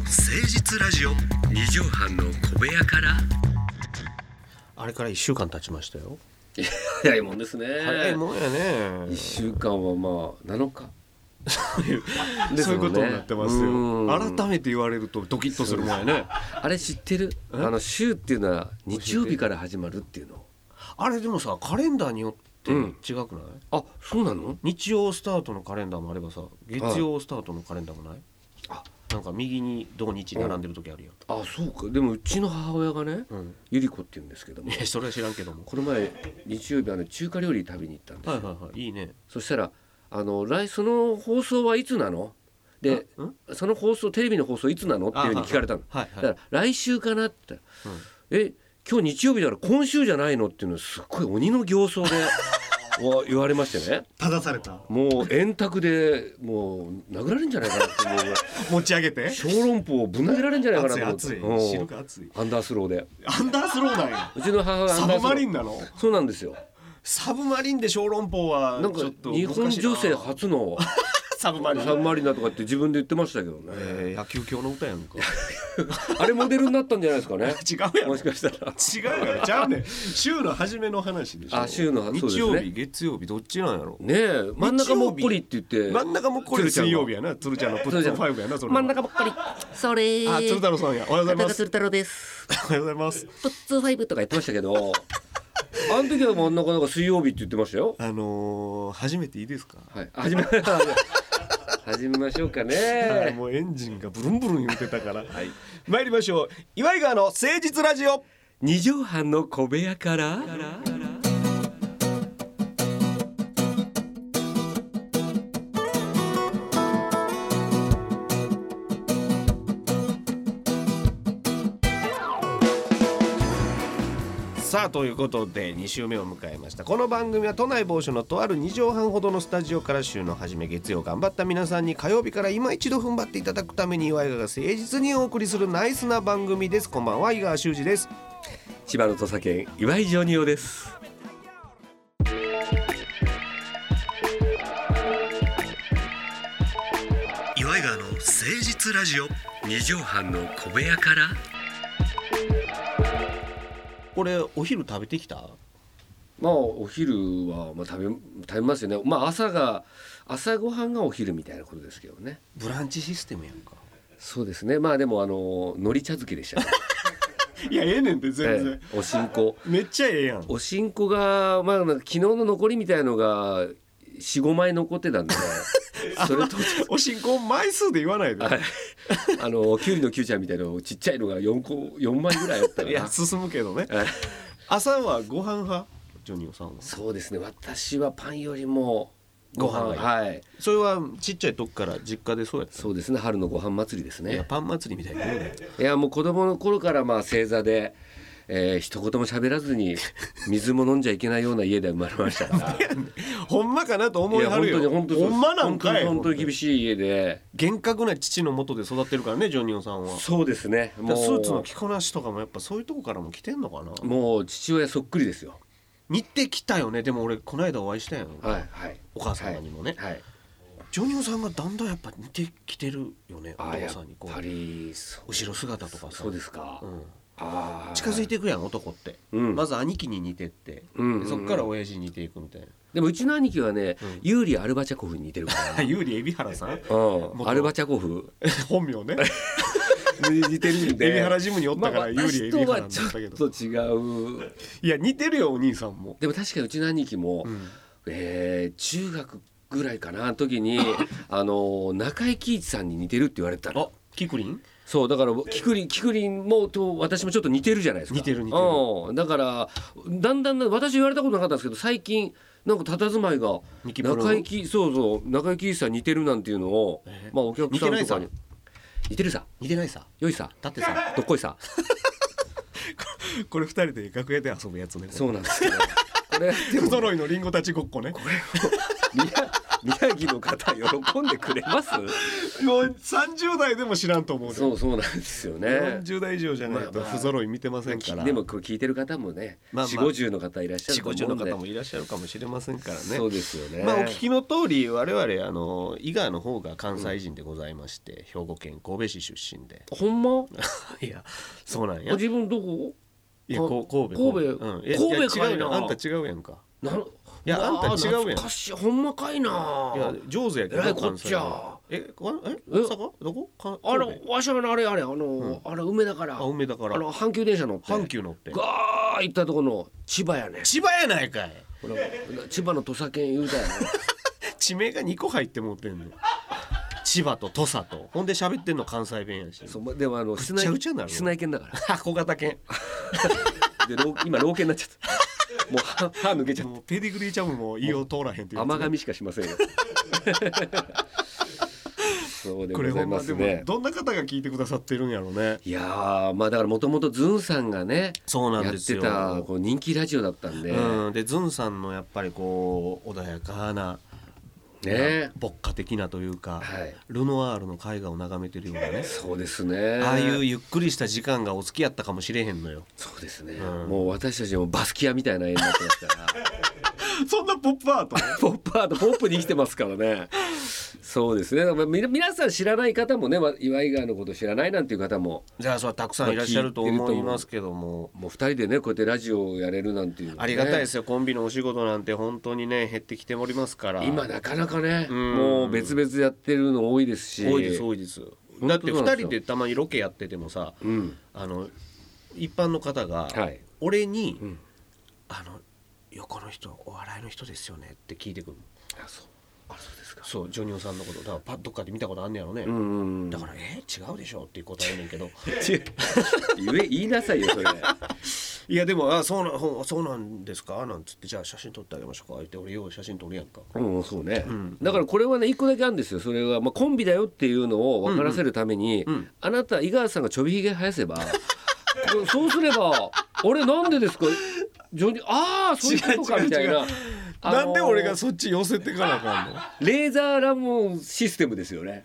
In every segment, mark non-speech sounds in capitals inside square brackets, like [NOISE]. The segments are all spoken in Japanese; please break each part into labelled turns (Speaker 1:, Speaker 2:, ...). Speaker 1: 日ラジオ二畳半の小部屋から
Speaker 2: あれから1週間経ちましたよ
Speaker 1: 早いもんですね
Speaker 2: 早いもんやね
Speaker 1: [LAUGHS] 一週間はまあ7日です
Speaker 2: そうい
Speaker 1: も
Speaker 2: うん
Speaker 1: ね
Speaker 2: ことになってます
Speaker 1: うん
Speaker 2: よ改めて言われるとドキッとするもんやね
Speaker 1: あれ知ってるあの週っていうのは日曜日から始まるっていうの
Speaker 2: あれでもさカレンダーによって違くない、
Speaker 1: あそうなの
Speaker 2: 日曜スタートのカレンダーもあればさ月曜スタートのカレンダーもない、
Speaker 1: あ
Speaker 2: なんか右に土日並んでる時あるよ、
Speaker 1: あそうかでもうちの母親がね
Speaker 2: うん、
Speaker 1: ゆり子って言うんですけども
Speaker 2: いやそれは知らんけども
Speaker 1: この前日曜日あの中華料理食べに行ったんですよ
Speaker 2: はいはいはいいいね
Speaker 1: そしたらあの来その放送はいつなので
Speaker 2: あん
Speaker 1: その放送テレビの放送いつなのっていうふうに聞かれたの
Speaker 2: はい
Speaker 1: だ
Speaker 2: は
Speaker 1: か
Speaker 2: い
Speaker 1: ら来週かなって言ったらえ今日日曜日だから今週じゃないのっていうのすっごい鬼の形相
Speaker 3: [LAUGHS]
Speaker 1: でお言われましてね
Speaker 3: 正された
Speaker 1: もう円卓でもう殴られるんじゃないかなって思うぐらい
Speaker 3: 持ち上げて
Speaker 1: 小論法をぶん投げられるんじゃないかな
Speaker 3: 熱い
Speaker 1: と思っ
Speaker 3: 熱い
Speaker 1: てう
Speaker 3: 汁
Speaker 1: ん
Speaker 3: が熱い
Speaker 1: アンダースローで
Speaker 3: アンダースローなんや
Speaker 1: うちの母がア
Speaker 3: サ
Speaker 1: ンダー
Speaker 3: ブ
Speaker 1: スロ
Speaker 3: マリン
Speaker 1: ー
Speaker 3: なの
Speaker 1: そうなんですよ
Speaker 3: サブマリンで小籠包は
Speaker 1: なんか
Speaker 3: ちょっと
Speaker 1: 日本
Speaker 3: 難しいな
Speaker 1: 女性初の
Speaker 3: サブマリン
Speaker 1: サンマリナとかって自分で言ってましたけどね、
Speaker 2: えー、野球教の歌やんか
Speaker 1: あれモデルになったんじゃないですかね
Speaker 3: [LAUGHS] 違うやろ
Speaker 1: もしかしたら
Speaker 3: 違うやろじゃあねん週の初めの話でしょ
Speaker 1: あ週のそうです
Speaker 2: 日曜日
Speaker 1: ね
Speaker 2: 月曜日どっちなんやろ
Speaker 1: ねえ真ん中もっこりって言って
Speaker 3: 真ん中もこれ
Speaker 1: 鶴ちゃん
Speaker 3: 水
Speaker 1: は
Speaker 3: 曜日やな鶴ちゃんのプッツンファイブやなそれは
Speaker 4: 真ん中ばっかりそれー
Speaker 3: あ鶴太郎さんやおはようございま
Speaker 4: 中
Speaker 3: す
Speaker 4: 鶴太郎です
Speaker 3: おはようございます
Speaker 4: プッツーファイブ
Speaker 1: と
Speaker 4: と
Speaker 1: か言
Speaker 4: か
Speaker 1: ってましたけ
Speaker 3: [LAUGHS]
Speaker 1: どあの時は真ん中なんか水曜日って言ってましたよ
Speaker 3: あのー、初めていいですか
Speaker 1: はい始め [LAUGHS] 始めましょうか
Speaker 3: はい
Speaker 1: ね
Speaker 3: もうエンジンがブルンブルン言ってたから、はい、参りましょう岩井川の誠実ラジオ
Speaker 1: 二畳半の小部屋から
Speaker 3: さあということで2週目を迎えましたこの番組は都内某所のとある2畳半ほどのスタジオから週の初め月曜頑張った皆さんに火曜日から今一度踏ん張っていただくために岩井川が誠実にお送りするナイスな番組ですこんばんは井川修司です
Speaker 1: 千葉の土佐県岩井ジョニオです
Speaker 2: 岩井川の誠実ラジオ
Speaker 1: 二畳半の小部屋から
Speaker 2: これお昼食べてきた
Speaker 1: まあお昼はまあ食べ食べますよねまあ朝が朝ごはんがお昼みたいなことですけどね
Speaker 2: ブランチシステムやんか
Speaker 1: そうですねまあでもあの海苔茶漬けでしたね、
Speaker 3: いやええねんって
Speaker 1: ええおしんこ
Speaker 3: めっちゃええやん
Speaker 1: おしんこがまあ昨日の残りみたいのが45枚残って [LAUGHS] たんでそれと
Speaker 3: おしんこ枚数で言わ [LAUGHS] ないで
Speaker 1: はいあのキュウリのキュウちゃんみたいなのちっちゃいのが4個四枚ぐらいあった
Speaker 3: い
Speaker 1: ら
Speaker 3: や進むけどね
Speaker 1: え
Speaker 3: 朝はご飯派ジョニオさんは
Speaker 1: そうですね私はパンよりもご飯
Speaker 2: ご飯
Speaker 1: はい
Speaker 2: それはちっちゃい時から実家でそうやった
Speaker 1: そうですね春のご飯祭りです
Speaker 2: いや
Speaker 1: ね
Speaker 2: パン祭りみたいなもん
Speaker 1: [LAUGHS]
Speaker 2: だよ
Speaker 1: いやもう子供の頃からまあ正座で、えー、一言も喋らずに水も飲んじゃいけ [LAUGHS] ないような家で生まれましたから
Speaker 3: ほんまかなと思いはるよ
Speaker 1: いや本当に本当にそうです
Speaker 3: ほんまなんかい
Speaker 1: 本当に本当に厳しい家で
Speaker 3: 厳格な父のもとで育ってるからねジョニオさんは
Speaker 1: そうですね
Speaker 3: だか
Speaker 1: も
Speaker 3: ら
Speaker 1: う
Speaker 3: スーツの着こなしとかもやっぱそういうとこからも来てんのかな
Speaker 1: もう父親そっくりですよ
Speaker 3: 似てきたよねでも俺この間お会いしたやん、
Speaker 1: はいはい
Speaker 3: お母様にもね、
Speaker 1: はい
Speaker 3: ジョニオさんがだんだんやっぱ似てきてるよねお
Speaker 1: あ
Speaker 3: 父
Speaker 1: やっ
Speaker 3: さんにこ
Speaker 1: ぱ
Speaker 3: う
Speaker 1: りそう
Speaker 3: 後ろ姿とかさ
Speaker 1: そうですか、
Speaker 3: うん
Speaker 1: ああ
Speaker 3: 近づいていくやん男って、
Speaker 1: うん
Speaker 3: まず兄貴に似てって、
Speaker 1: うんうんうん
Speaker 3: でそっから親父に似ていくみたいな、
Speaker 1: でもうちの兄貴はね、
Speaker 3: うん
Speaker 1: ユーリ・アルバチャコフに似てるから
Speaker 3: あ有利海老原さん
Speaker 1: うん、アルバチャコフ
Speaker 3: [LAUGHS] 本名ね
Speaker 1: [LAUGHS] 似てるんで
Speaker 3: 海老原ジムにおったから
Speaker 1: まあ
Speaker 3: 有利海老原だっ
Speaker 1: 私と
Speaker 3: たけ
Speaker 1: はち
Speaker 3: ど
Speaker 1: ょっと違う
Speaker 3: いや似てるよお兄さんも、
Speaker 1: でも確かにうちの兄貴も、
Speaker 3: うん
Speaker 1: えー中学ぐらいかなの時 [LAUGHS] にあの中井貴一さんに似てるって言われてたの
Speaker 3: あキクリン
Speaker 1: そうだからキクリンキクリンもと私もちょっと似てるじゃないですか
Speaker 3: 似てる似てる
Speaker 1: うん、だからだんだんだ私言われたことなかったんですけど最近なんか佇まいが
Speaker 3: ニキプロの
Speaker 1: 中井貴そうそう中井貴一さん似てるなんていうのを、
Speaker 3: え
Speaker 1: まあお客さんとかに
Speaker 3: 似てない
Speaker 1: 似てるさ
Speaker 3: 似てないさ
Speaker 1: 良いさ
Speaker 3: だってさ
Speaker 1: どっこ
Speaker 3: [LAUGHS]
Speaker 1: いさ
Speaker 3: これ二人で楽屋で遊ぶやつね
Speaker 1: そうなんですけどこれ
Speaker 3: 不揃いのリンゴたちごっこね
Speaker 1: リア宮城の方喜んでくれます
Speaker 3: もう30代でも知らんと思う
Speaker 1: そうそうなんですよね
Speaker 3: 40代以上じゃないと
Speaker 1: まあまあ
Speaker 3: 不揃い見てませんから、
Speaker 1: でもこう聞いてる方もね
Speaker 3: まあまあ
Speaker 1: 4 5 0の方いらっしゃる
Speaker 3: 四
Speaker 1: と
Speaker 3: 五
Speaker 1: 思
Speaker 3: 十
Speaker 1: う
Speaker 3: の
Speaker 1: んで
Speaker 3: 方もいらっしゃるかもしれませんからね
Speaker 1: そうですよね
Speaker 3: まあお聞きの通り我々あの伊賀の方が関西人でございまして、兵庫県神戸市出身で
Speaker 1: ほんま
Speaker 3: [LAUGHS] いやそうなんや
Speaker 1: 自分どこ
Speaker 3: いやこ神戸
Speaker 1: 神戸
Speaker 3: うん、いや
Speaker 1: 神戸
Speaker 3: いや違うよ
Speaker 1: かいな
Speaker 3: あんた違うやんか
Speaker 1: なる
Speaker 3: いや
Speaker 1: わ
Speaker 3: あんた違うやん
Speaker 1: 懐かしいほんまかいない
Speaker 3: や上手やけど
Speaker 1: えらいこっ
Speaker 3: 関西
Speaker 1: ちゃ
Speaker 3: えこえ
Speaker 1: え
Speaker 3: 大阪どこか
Speaker 1: あ
Speaker 3: 神
Speaker 1: の
Speaker 3: 戸
Speaker 1: わしらのあれあれあの、あれ梅だから
Speaker 3: あ梅だから
Speaker 1: あの阪急電車乗って
Speaker 3: 阪急乗って
Speaker 1: ガー行ったとこの千葉やね
Speaker 3: 千葉やないかい
Speaker 1: ほら千葉の土佐犬言うたやね [LAUGHS]
Speaker 3: 地名が2個入って持ってんの千葉と土佐とほんで喋ってんの関西弁やし
Speaker 1: そうでもあの室内
Speaker 3: ぐっちゃぐちゃになるわ
Speaker 1: 室内犬だから
Speaker 3: あ [LAUGHS] 小型犬
Speaker 1: で老今老犬になっちゃったもう [LAUGHS] 歯歯抜けちゃっ
Speaker 3: もうペディグリーチャムも言おう通らへんってやつ
Speaker 1: た甘噛みしかしま [LAUGHS] せんよそうで
Speaker 3: こ
Speaker 1: ご
Speaker 3: れ
Speaker 1: ざ
Speaker 3: ほ
Speaker 1: い
Speaker 3: ん
Speaker 1: ま
Speaker 3: ますでも
Speaker 1: ね
Speaker 3: どんな方が聞いてくださってるんやろうね
Speaker 1: いやーまあだからもともとズンさんがね
Speaker 3: そう
Speaker 1: やってたこう人気ラジオだったんで、
Speaker 3: うん、でズンさんのやっぱりこう穏やかな
Speaker 1: ね
Speaker 3: 牧歌的なというか、
Speaker 1: はい
Speaker 3: ルノワールの絵画を眺めてるようなね
Speaker 1: そうですね
Speaker 3: ああいうゆっくりした時間がお付き合ったかもしれへんのよ
Speaker 1: そうですね、
Speaker 3: うん
Speaker 1: もう私たちもバスキアみたいな絵になってますから
Speaker 3: そんなポップアート [LAUGHS]
Speaker 1: ポップアートポップに生きてますからねそうですねだからみ皆さん知らない方もねわ岩井川のこと知らないなんていう方も
Speaker 3: じゃあそれはたくさんいらっしゃると思いますけども、
Speaker 1: もう二人でねこうやってラジオをやれるなんていうのはね、
Speaker 3: ありがたいですよコンビのお仕事なんて本当にね減ってきておりますから
Speaker 1: 今なかなかね
Speaker 3: うん
Speaker 1: もう別々やってるの多いですし
Speaker 3: 多いです多いです
Speaker 1: 当
Speaker 3: だって
Speaker 1: なんです
Speaker 3: 2
Speaker 1: よ
Speaker 3: 人でたまにロケやっててもさ
Speaker 1: うん
Speaker 3: あの一般の方が
Speaker 1: はい
Speaker 3: 俺に
Speaker 1: ん
Speaker 3: 「あの横の人お笑いの人ですよね」って聞いてくるの
Speaker 1: あそうあそうですか
Speaker 3: そうジョニオさんのことだからパッとどっかで見たことあんねやろね、
Speaker 1: うんうんうん
Speaker 3: だから「え違うでしょ」っていう答えやねんけど
Speaker 1: 違う言え言いなさいよそれ
Speaker 3: [LAUGHS] いやでも「あそうなほんそうなんですか」なんつって「じゃあ写真撮ってあげましょうか」言って俺よう写真撮るやんか
Speaker 1: うん、そうね、だからこれはね一個だけあるんですよそれは、まあ、コンビだよっていうのを分からせるために、あなた井川さんがちょびひげ生や
Speaker 3: [LAUGHS]
Speaker 1: せばこうそうすれば「俺なんでですかジョニーああそういうことか」
Speaker 3: 違う違う違う
Speaker 1: みたいな。あのー
Speaker 3: そっち寄せてかなあかんの
Speaker 1: レーザーラモンシステムです
Speaker 3: [LAUGHS]
Speaker 1: よね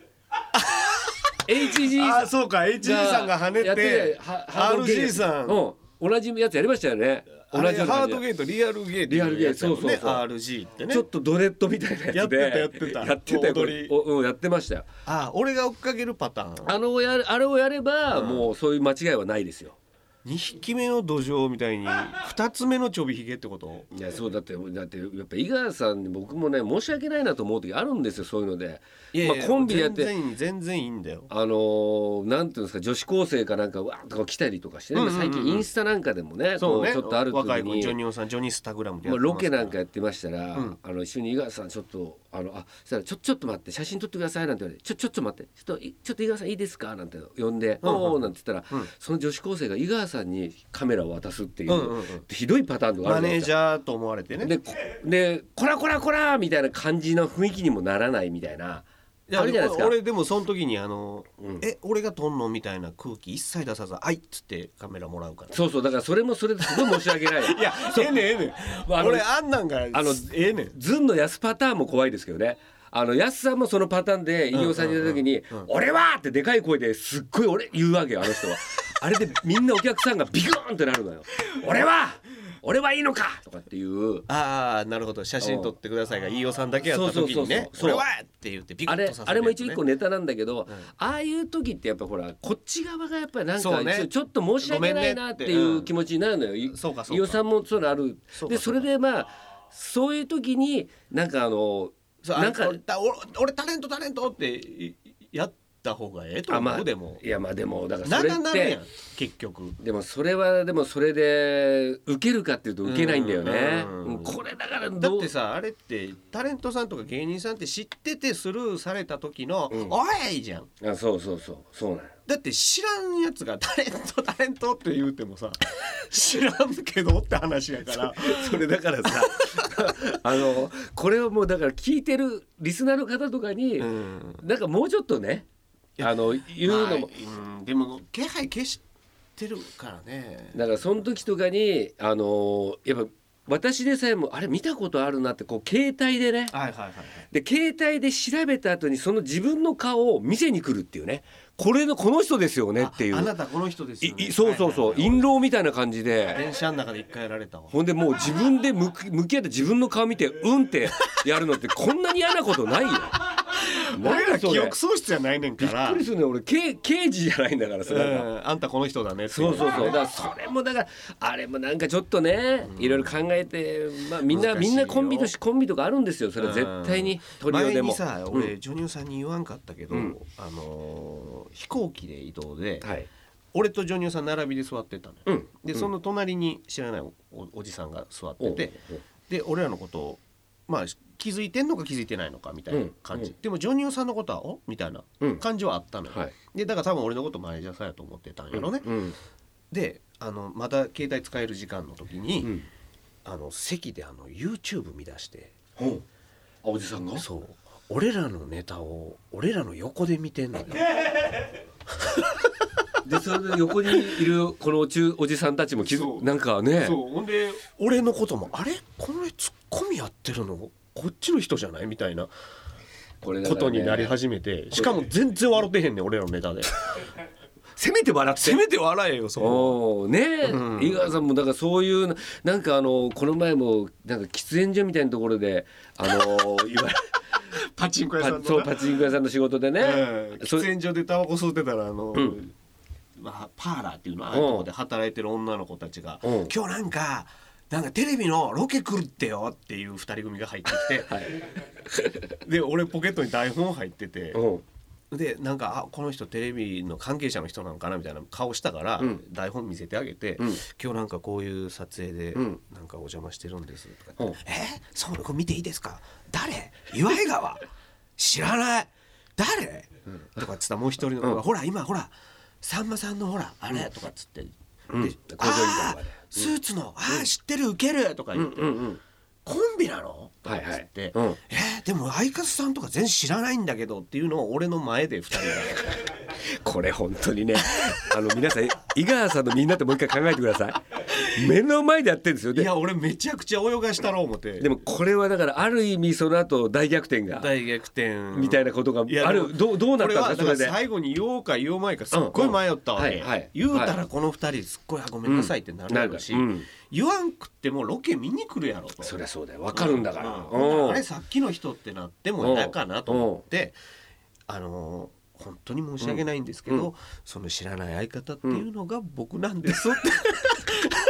Speaker 1: HG
Speaker 3: あーそうか HG さんが跳ね
Speaker 1: やってはハードゲー
Speaker 3: RG さん
Speaker 1: うん、同じやつやりましたよね同
Speaker 3: 同
Speaker 1: じよう
Speaker 3: じ
Speaker 1: な
Speaker 3: ハー
Speaker 1: 感じ
Speaker 3: ドゲートリアルゲート
Speaker 1: リアルゲート
Speaker 3: そうそう
Speaker 1: そうそうそう
Speaker 3: RG ってね
Speaker 1: ちょっとドレッドみたいなやつで
Speaker 3: やってたやってた
Speaker 1: やってたよこ
Speaker 3: 踊
Speaker 1: れ
Speaker 3: り
Speaker 1: おうんやってましたよ
Speaker 3: あ俺が追っかけるパターン
Speaker 1: あのやあれをやれば、もうそういう間違いはないですよ。
Speaker 3: 2匹目の土壌みたいに2つ目のちょびひげってこと
Speaker 1: いやそうだってだってやっぱ井川さんに僕もね申し訳ないなと思う時あるんですよそういうので。まあ、コンビでやっ
Speaker 3: 全
Speaker 1: て
Speaker 3: 然いい全然いいんだよ
Speaker 1: あのーなんていうんですか女子高生かなんかわーっとこう来たりとかしてね、
Speaker 3: うんうんうん
Speaker 1: 最近インスタなんかでもねこちょっとある時
Speaker 3: 若い子ジョ
Speaker 1: に。
Speaker 3: ニオさんジョニスタグラムで
Speaker 1: ま
Speaker 3: や
Speaker 1: あ、
Speaker 3: ってます
Speaker 1: ロケなんかやってましたら、
Speaker 3: うん
Speaker 1: あの一緒に井川さんちょっとあのあそしたらちょちょっと待って写真撮ってくださいなんて言われてちょちょっと待ってちょっといちょっと井川さんいいですかなんて呼んで、
Speaker 3: うんうん
Speaker 1: おおなんて言ったら、
Speaker 3: うん
Speaker 1: その女子高生が井川さんにカメラを渡すっていう、
Speaker 3: うんうんうん
Speaker 1: ひどいパターンとか
Speaker 3: マ
Speaker 1: あるじゃな
Speaker 3: ネー
Speaker 1: いですか
Speaker 3: ジャーと思われてね
Speaker 1: でこで「こらこらこら!」みたいな感じの雰囲気にもならないみたいなあるじゃないですか
Speaker 3: 俺でもその時にあの、
Speaker 1: うん
Speaker 3: え俺が撮んのみたいな空気一切出さず「あい」っつってカメラもらうから
Speaker 1: そうそうだからそれもそれですごい申し訳ない
Speaker 3: [LAUGHS] いやええねんええねん
Speaker 1: まああの
Speaker 3: 俺あんなんがあ
Speaker 1: あの
Speaker 3: ええねん
Speaker 1: ずんの安パターンも怖いですけどねあの安さんもそのパターンで飯尾さんにいた時に「俺は!」ってでかい声ですっごい俺言うわけよあ
Speaker 3: [LAUGHS]
Speaker 1: の人はあれでみんなお客さんがビクーンってなるのよ「俺は俺はいいのか!」とかっていう
Speaker 3: ああなるほど写真撮ってくださいが飯尾さんだけやった時にね「
Speaker 1: そうそうそうそう
Speaker 3: 俺は!」って言ってピク
Speaker 1: あ
Speaker 3: ッ
Speaker 1: れ
Speaker 3: とさせ
Speaker 1: あ
Speaker 3: る
Speaker 1: れ
Speaker 3: やつね
Speaker 1: も一応一個ネタなんだけど、ああいう時ってやっぱほらこっち側がやっぱりなん
Speaker 3: そ
Speaker 1: か、
Speaker 3: うね
Speaker 1: ちょっと申し訳ないなって
Speaker 3: ごめん
Speaker 1: い
Speaker 3: ねっ
Speaker 1: う
Speaker 3: て
Speaker 1: 気持ちになるのよ。い
Speaker 3: そうかそうか
Speaker 1: 飯尾さんもそういうのある
Speaker 3: そうかそうか
Speaker 1: でそれでまあそういう時になんかあの
Speaker 3: そう
Speaker 1: な
Speaker 3: なん
Speaker 1: んか
Speaker 3: か俺俺タレントタレントっていやった方がええと
Speaker 1: あ
Speaker 3: 思う、
Speaker 1: まあ
Speaker 3: でも
Speaker 1: いやまあでもだからそれ
Speaker 3: 長
Speaker 1: っ
Speaker 3: なるや
Speaker 1: て
Speaker 3: ん結局
Speaker 1: でもそれはでもそれで受けるかっていうと受けないんだよね。
Speaker 3: うん
Speaker 1: うんこれだか
Speaker 3: だ
Speaker 1: ら
Speaker 3: っ
Speaker 1: どう
Speaker 3: てさあれってタレントさんとか芸人さんって知っててスルーされた時の「
Speaker 1: うん
Speaker 3: おい!」じゃん
Speaker 1: あそうそうそうそ
Speaker 3: [LAUGHS]
Speaker 1: うなんよ
Speaker 3: だって知らんやつがタレントタレントって言うても
Speaker 1: [LAUGHS]
Speaker 3: さ知らんけどって話やから
Speaker 1: それだからさ [LAUGHS] あのこれをもうだから聞いてるリスナーの方とかに、
Speaker 3: うん
Speaker 1: なんかもうちょっとねあの言うのも、
Speaker 3: まあうんでも気配消してるからね
Speaker 1: だからその時とかにあのやっぱ私でさえもあれ見たことあるなってこう携帯でね
Speaker 3: はいはいはいはい
Speaker 1: で携帯で調べた後にその自分の顔を見せに来るっていうねこれのこの人ですよねっていう
Speaker 3: ああなたこの人ですよ、ね、
Speaker 1: いいそうそうそう
Speaker 3: はいはい
Speaker 1: 印籠みたいな感じ
Speaker 3: はい
Speaker 1: で
Speaker 3: 電車の中で一回やられたわ
Speaker 1: ほんでもう自分で向き向き合って自分の顔見てうんってやるのってこんなに嫌なことないよ。
Speaker 3: [LAUGHS] 俺ら
Speaker 1: 何それ
Speaker 3: 記憶喪失じゃないねん
Speaker 1: び
Speaker 3: か
Speaker 1: っ
Speaker 3: ら
Speaker 1: くりするね俺刑刑事じゃないんだからさ、
Speaker 3: う
Speaker 1: なんか
Speaker 3: んあんたこの人だねってい
Speaker 1: そうそうそうだからそれもだからあれもなんかちょっとねいろいろ考えて、まあ、みんな
Speaker 3: 難しい
Speaker 1: み
Speaker 3: よ
Speaker 1: んなコンビとしコンビとかあるんですよそれは絶対にトリオでも。
Speaker 3: 前にさ
Speaker 1: うん
Speaker 3: 俺、ジョニオさんに言わんかったけど、
Speaker 1: うん
Speaker 3: あのー飛行機で移動で、
Speaker 1: はい
Speaker 3: 俺とジョニオさん並びで座ってたのよ、
Speaker 1: うん、
Speaker 3: でその隣に知らないおおおじさんが座ってて
Speaker 1: おう
Speaker 3: で俺らのことをまあ気づいてんのか気づいてないのかみたいな感じ、
Speaker 1: うん
Speaker 3: でもジョニオさんのことは「おみたいな
Speaker 1: うん
Speaker 3: 感じはあったのよ、
Speaker 1: はい
Speaker 3: でだから多分俺のことマネージャーさんやと思ってたんやろね、
Speaker 1: うん
Speaker 3: であのまた携帯使える時間の時に、
Speaker 1: うん
Speaker 3: あの席であの YouTube 見出して
Speaker 1: うん、あおじさんが
Speaker 3: そう俺らのネタを俺らの横で見てんのよ
Speaker 1: でそれで横にいるこのお中おじさんたちも気
Speaker 3: そ
Speaker 1: づ
Speaker 3: う
Speaker 1: なんかね
Speaker 3: うほんで俺のこともあれこのツッコミやってるのこっちの人じゃないみたいな
Speaker 1: これだか
Speaker 3: こ
Speaker 1: らね
Speaker 3: とになり始めてしかも全然笑ってへんねん俺らのネタで
Speaker 1: せめて笑って
Speaker 3: [LAUGHS] せめて笑えよそこ
Speaker 1: おーねえ、
Speaker 3: うん
Speaker 1: 井川さんもだからそういうななんかあのこの前もなんか喫煙所みたいなところであ [LAUGHS] のいわ
Speaker 3: パチンコ
Speaker 1: ゆるパそうパチンコ屋さんの仕事でね、
Speaker 3: ええ
Speaker 1: そ
Speaker 3: 喫煙所でタバコ吸ってたらあの、
Speaker 1: うん
Speaker 3: まあ、パーラーっていうのはああいうとこで働いてる女の子たちが「
Speaker 1: うん
Speaker 3: 今日なんかなんかテレビのロケ来るってよ」っていう二人組が入ってき [LAUGHS] て、で俺ポケットに台本入ってて、
Speaker 1: うん
Speaker 3: でなんかあこの人テレビの関係者の人なのかなみたいな顔したから、
Speaker 1: うん
Speaker 3: 台本見せてあげて、
Speaker 1: ん
Speaker 3: 今日なんかこういう撮影で
Speaker 1: ん
Speaker 3: なんかお邪魔してるんです」とか言って
Speaker 1: う
Speaker 3: 「えそうこれ見ていいですか誰岩井川知らない誰?」とかっつったらもう一人の子が「ほら今ほらさんまさんのほらあれ」とかっつって「
Speaker 1: ん
Speaker 3: で
Speaker 1: 工場委員
Speaker 3: あ
Speaker 1: 会ま
Speaker 3: ー
Speaker 1: で
Speaker 3: スーツのあー知ってるウケる」とか
Speaker 1: う
Speaker 3: 言
Speaker 1: ん
Speaker 3: って
Speaker 1: うんうん
Speaker 3: コンビなの?」とか
Speaker 1: は
Speaker 3: っ
Speaker 1: いは
Speaker 3: つっ
Speaker 1: い
Speaker 3: て「
Speaker 1: うん
Speaker 3: えーでも相方さんとか全然知らないんだけど」っていうのを俺の前で2人が
Speaker 1: これ本当にねあの皆さん井川さんのみんなってもう一回考えてください目の前でやってるんですよ [LAUGHS]
Speaker 3: い
Speaker 1: で
Speaker 3: や俺めちゃくちゃ泳がしたろう思って
Speaker 1: でもこれはだからある意味その後大逆転が
Speaker 3: 大逆転
Speaker 1: みたいなことが
Speaker 3: いや
Speaker 1: あ
Speaker 3: でも
Speaker 1: るどうどうなっ
Speaker 3: これは
Speaker 1: たん
Speaker 3: だ
Speaker 1: です
Speaker 3: か
Speaker 1: かそ
Speaker 3: ら
Speaker 1: れで
Speaker 3: 最後に言おうか言おうまいかすっごい迷ったわ
Speaker 1: うん
Speaker 3: け、
Speaker 1: うんはいはい
Speaker 3: 言うたらこの二人すっごいあごめんなさいってなるやろし、
Speaker 1: うんなるからうん
Speaker 3: 言わんくってもロケ見に来るやろと
Speaker 1: そりゃそうだよわかるんだから、
Speaker 3: う
Speaker 1: うんん
Speaker 3: あれさっきの人ってなっても嫌かなと思ってあのー本当に申し訳ないんですけど、その知らない相方っていうのが僕なんですって、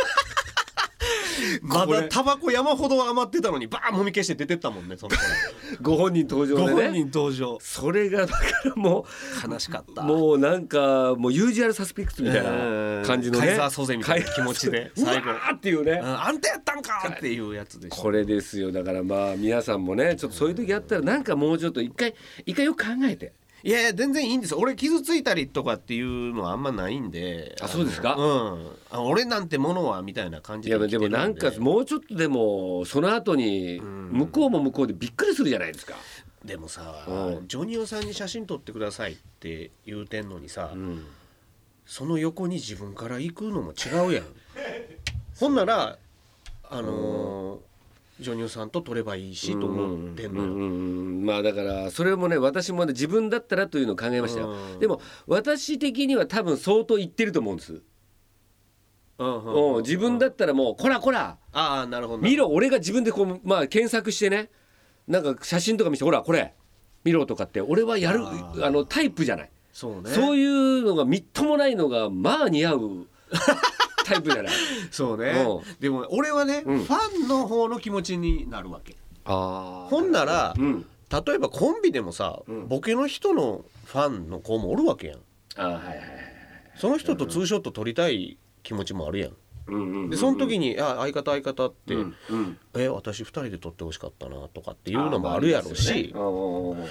Speaker 3: [LAUGHS] まだタバコ山ほど余ってたのにバーンもみ消して出てったもんねその [LAUGHS] 頃
Speaker 1: ご本人登場
Speaker 3: ご
Speaker 1: でね
Speaker 3: 本人登場
Speaker 1: それがだからも
Speaker 3: 悲しかっ
Speaker 1: う
Speaker 3: た
Speaker 1: もうなんかもうユージュアルサスピクツみたい
Speaker 3: うん
Speaker 1: な感じのね
Speaker 3: カイザー租税みたいな気持ちで
Speaker 1: カイザー
Speaker 3: 最後
Speaker 1: うわーっていうね、
Speaker 3: うんあんたやったんかっていうやつでした
Speaker 1: これですよだからまあ皆さんもねちょっとそういう時あったらなんかもうちょっと一回一回よく考えて
Speaker 3: いやいや全然いいんです俺傷ついたりとかっていうのはあんまないんであ
Speaker 1: あ
Speaker 3: の
Speaker 1: そうですか
Speaker 3: うんあ俺なんてものはみたいな感じ
Speaker 1: い
Speaker 3: で
Speaker 1: や
Speaker 3: 生き
Speaker 1: で
Speaker 3: てる
Speaker 1: も
Speaker 3: ん
Speaker 1: なんかもうちょっとでもその後に向こうも向こうでびっくりするじゃないですか。
Speaker 3: でもさ
Speaker 1: うん
Speaker 3: ジョニオさんに写真撮ってくださいって言うてんのにさ、
Speaker 1: うん
Speaker 3: その横に自分から行くのも違う
Speaker 1: [LAUGHS]
Speaker 3: やんほんならあのージョニオさんと撮ればいいしと思ってんのよ、
Speaker 1: うんうんまあだからそれもね私もね自分だったらというのを考えましたよ
Speaker 3: うん
Speaker 1: でも私的には多分相当言ってると思うんです、
Speaker 3: うんうん
Speaker 1: うん、自分だったらもう「こらこら
Speaker 3: ああなるほど
Speaker 1: 見ろ俺が自分でこうまあ検索してねなんか写真とか見せて「ほらこれ見ろ」とかって俺はやる
Speaker 3: あ
Speaker 1: あ
Speaker 3: ー
Speaker 1: のタイプじゃない、
Speaker 3: そうね
Speaker 1: そういうのがみっともないのがまあ似合うタイプじゃない
Speaker 3: そうね
Speaker 1: うん
Speaker 3: でも俺はね、
Speaker 1: うん
Speaker 3: ファンの方の気持ちになるわけ
Speaker 1: あ
Speaker 3: ほんなら、
Speaker 1: うん
Speaker 3: 例えばコンビでもさ、
Speaker 1: ん
Speaker 3: ボケの人のファンの子もおるわけやん
Speaker 1: あーはいはいはい
Speaker 3: その人とツーショット撮りたい気持ちもあるやん
Speaker 1: うんうんうん
Speaker 3: でその時に「あ相方相方」って「
Speaker 1: うんうん
Speaker 3: え私2人で撮ってほしかったな」とかっていうのもあるやろうし、
Speaker 1: あーまあありますよねうんうんうん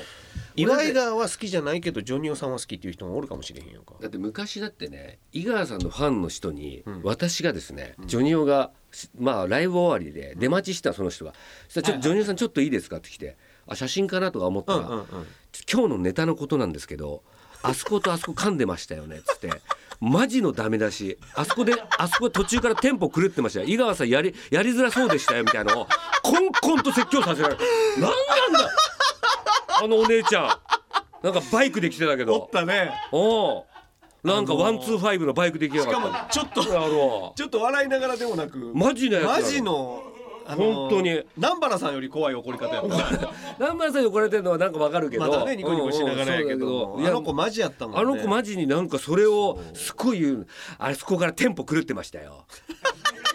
Speaker 3: 岩井川は好きじゃないけどジョニオさんは好きっていう人もおるかもしれへんやんか。
Speaker 1: だって昔だってね井川さんのファンの人に、
Speaker 3: ん
Speaker 1: 私がですね、ジョニオがしまあライブ終わりで出待ちしたのその人が「そしたらちょっとジョニオさんちょっといいですか?」って来て「あ写真かな?」とか思ったら、
Speaker 3: うんうんうん
Speaker 1: 今日のネタのことなんですけどあそことあそこ噛んでましたよね」っつってマジのダメ出しあそこであそこ途中からテンポ狂ってましたよ井川さんやりやりづらそうでしたよみたいなのをコンコンと説教させられるなんなんだあのお姉ちゃんなんかバイクで来てたけ
Speaker 3: おっ
Speaker 1: ど
Speaker 3: たね
Speaker 1: おうなんかワンツーファイブのバイクできや
Speaker 3: し
Speaker 1: がっ
Speaker 3: か
Speaker 1: た
Speaker 3: もちょっと
Speaker 1: やろ
Speaker 3: ちょっと笑いながらでもなく
Speaker 1: マジのやつ
Speaker 3: マジのあの
Speaker 1: 本当に
Speaker 3: 南原さんより怖い怒り方や [LAUGHS] ったね
Speaker 1: 南原さんに怒られてるのはなんかわかるけど、
Speaker 3: まだねニコニコしながらやけど
Speaker 1: うんうんそうだけどい
Speaker 3: あ
Speaker 1: や
Speaker 3: の子マジやったもんね
Speaker 1: あの子マジになんかそれをすごい言うあれそこからテンポ狂ってました
Speaker 3: [LAUGHS]
Speaker 1: よ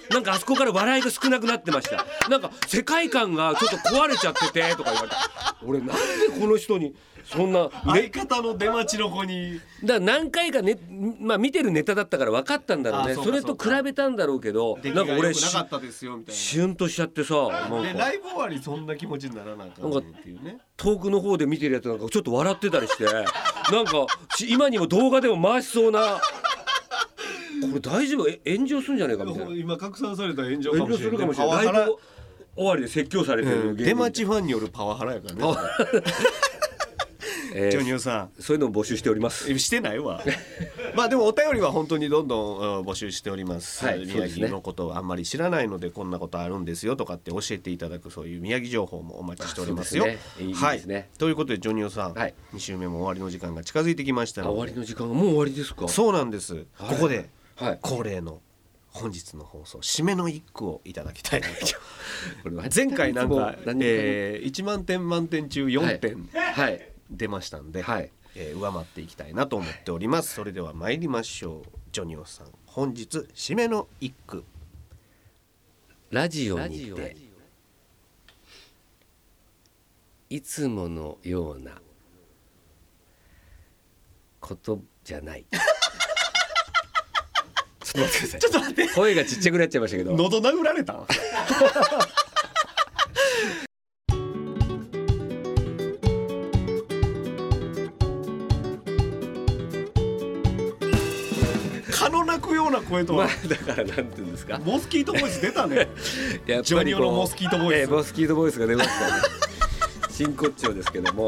Speaker 1: なんかあそこから笑いが少なくなってましたなんか世界観がちょっと壊れちゃっててとか言われて俺なんでこの人にそんな
Speaker 3: 相方の出待ちの子に
Speaker 1: だから何回かね、まあ、見てるネタだったから分かったんだろうね
Speaker 3: あそう
Speaker 1: そ
Speaker 3: か
Speaker 1: れと比べたんだろうけど
Speaker 3: 出来
Speaker 1: なん
Speaker 3: が
Speaker 1: か
Speaker 3: 良
Speaker 1: 俺
Speaker 3: くな
Speaker 1: し
Speaker 3: かったですよみたい
Speaker 1: シュンとしちゃってさな
Speaker 3: な
Speaker 1: ん
Speaker 3: で
Speaker 1: か
Speaker 3: ライブ終わりそんな気持ちにならなあかんねんっていうね
Speaker 1: 遠くの方で見てるやつなんかちょっと笑ってたりしてなんかし今にも動画でも回しそうなこれ大丈夫え炎上するんじゃないかみたいな
Speaker 3: 今拡散された炎上か
Speaker 1: 炎
Speaker 3: も
Speaker 1: 上
Speaker 3: し
Speaker 1: す
Speaker 3: れ
Speaker 1: る
Speaker 3: な
Speaker 1: か
Speaker 3: い
Speaker 1: もしれない
Speaker 3: パワハ
Speaker 1: ライ
Speaker 3: ラ
Speaker 1: ブ終わりで説教されてる芸人
Speaker 3: 出待ちファンによるパワハラやからね
Speaker 1: えー
Speaker 3: ジョニオさん
Speaker 1: そういうのを募集しております
Speaker 3: えしてないわまあでもお便りは本当にどんどんうん募集しております、
Speaker 1: はいそう
Speaker 3: 宮
Speaker 1: ですね
Speaker 3: 城のことをあんまり知らないのでこんなことあるんですよとかって教えていただくそういう宮城情報もお待ちしておりますよ。
Speaker 1: あそうですねいい
Speaker 3: はい
Speaker 1: いいですね
Speaker 3: ということでジョニオさん、
Speaker 1: はい
Speaker 3: 2週目も終わりの時間が近づいてきました
Speaker 1: あ
Speaker 3: ので
Speaker 1: 終わりの時間がもう終わりですか
Speaker 3: そうなんです、ここで
Speaker 1: はい
Speaker 3: 恒例の本日の放送締めの一句をいただきたいな
Speaker 1: [LAUGHS]
Speaker 3: と
Speaker 1: これは
Speaker 3: 前回なん
Speaker 1: いつも
Speaker 3: か、
Speaker 1: 何も
Speaker 3: えー、1万点満点中4点、
Speaker 1: はい
Speaker 3: 出ましたんで、
Speaker 1: はい
Speaker 3: えー上回っていきたいなと思っておりますそれでは参りましょうジョニオさん本日締めの一句
Speaker 1: ラジオ
Speaker 4: ラ
Speaker 1: に
Speaker 4: ジオ
Speaker 1: ていつものようなことじゃない。 [LAUGHS] ちょっと待ってください。ちょっと待って。声がちっちゃくなっちゃいましたけど。
Speaker 3: 喉殴られた蚊の鳴くような声と
Speaker 1: まあ
Speaker 3: は、
Speaker 1: だからなんていうんですか。
Speaker 3: モスキートボイス出たね
Speaker 1: やっ
Speaker 3: ジョニオのモスキートボイス
Speaker 1: えーモスキートボイスが出ましたね。 [LAUGHS] 真骨頂ですけども。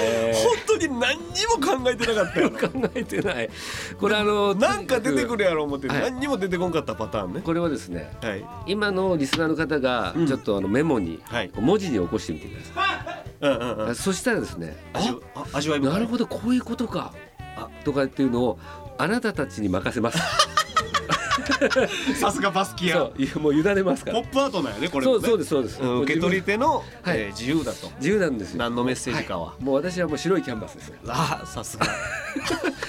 Speaker 1: え
Speaker 3: [LAUGHS] 本当に何にも考えてなか [LAUGHS] ったよな
Speaker 1: ー考えてない。これあの
Speaker 3: なんか出てく
Speaker 1: る。
Speaker 3: るやろ思って、
Speaker 1: はい
Speaker 3: 何にも出てこんかったパターンね
Speaker 1: これはですね。
Speaker 3: はい
Speaker 1: 今のリスナーの方が
Speaker 3: うん
Speaker 1: ちょっとあのメモに
Speaker 3: はい
Speaker 1: 文字に起こしてみてください。
Speaker 3: うんうんうん
Speaker 1: あそしたらですね
Speaker 3: 味わあ味わい深い
Speaker 1: なるほどこういうことか
Speaker 3: あ
Speaker 1: とかっていうのをあなたたちに任せます
Speaker 3: さすがバスキ
Speaker 1: そういやもう委ねますか
Speaker 3: ポ
Speaker 1: ら
Speaker 3: ップアートなんやねこれ
Speaker 1: そ
Speaker 3: も
Speaker 1: う
Speaker 3: ね
Speaker 1: そうですそうです
Speaker 3: うん
Speaker 1: もう
Speaker 3: 受け
Speaker 1: 自分
Speaker 3: 取り手の、
Speaker 1: はい
Speaker 3: えー自由だと
Speaker 1: 自由なんですよ
Speaker 3: 何のメッセージかは、
Speaker 1: もう私はもう白いキャンバスです
Speaker 3: ああさすが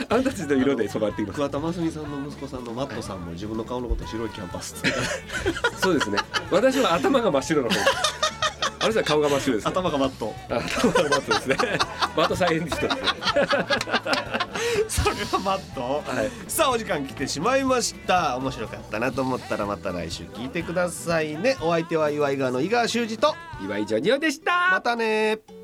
Speaker 1: あなたたちの [LAUGHS] 色で染まっています
Speaker 3: 桑田真澄さんの息子さんのマットさんも自分の顔のこと白いキャンパス [LAUGHS] って
Speaker 1: そうですね私は頭が真っ白の方ですあの人は顔が真っ白ですね
Speaker 3: 頭がマット
Speaker 1: あ頭が真っ白ですね [LAUGHS] バトサイエンティストですね
Speaker 3: それはマット、
Speaker 1: はい
Speaker 3: さあお時間来てしまいました面白かったなと思ったらまた来週聞いてくださいねお相手は岩井川の井川修司と
Speaker 1: 岩井ジョニオでした
Speaker 3: またねー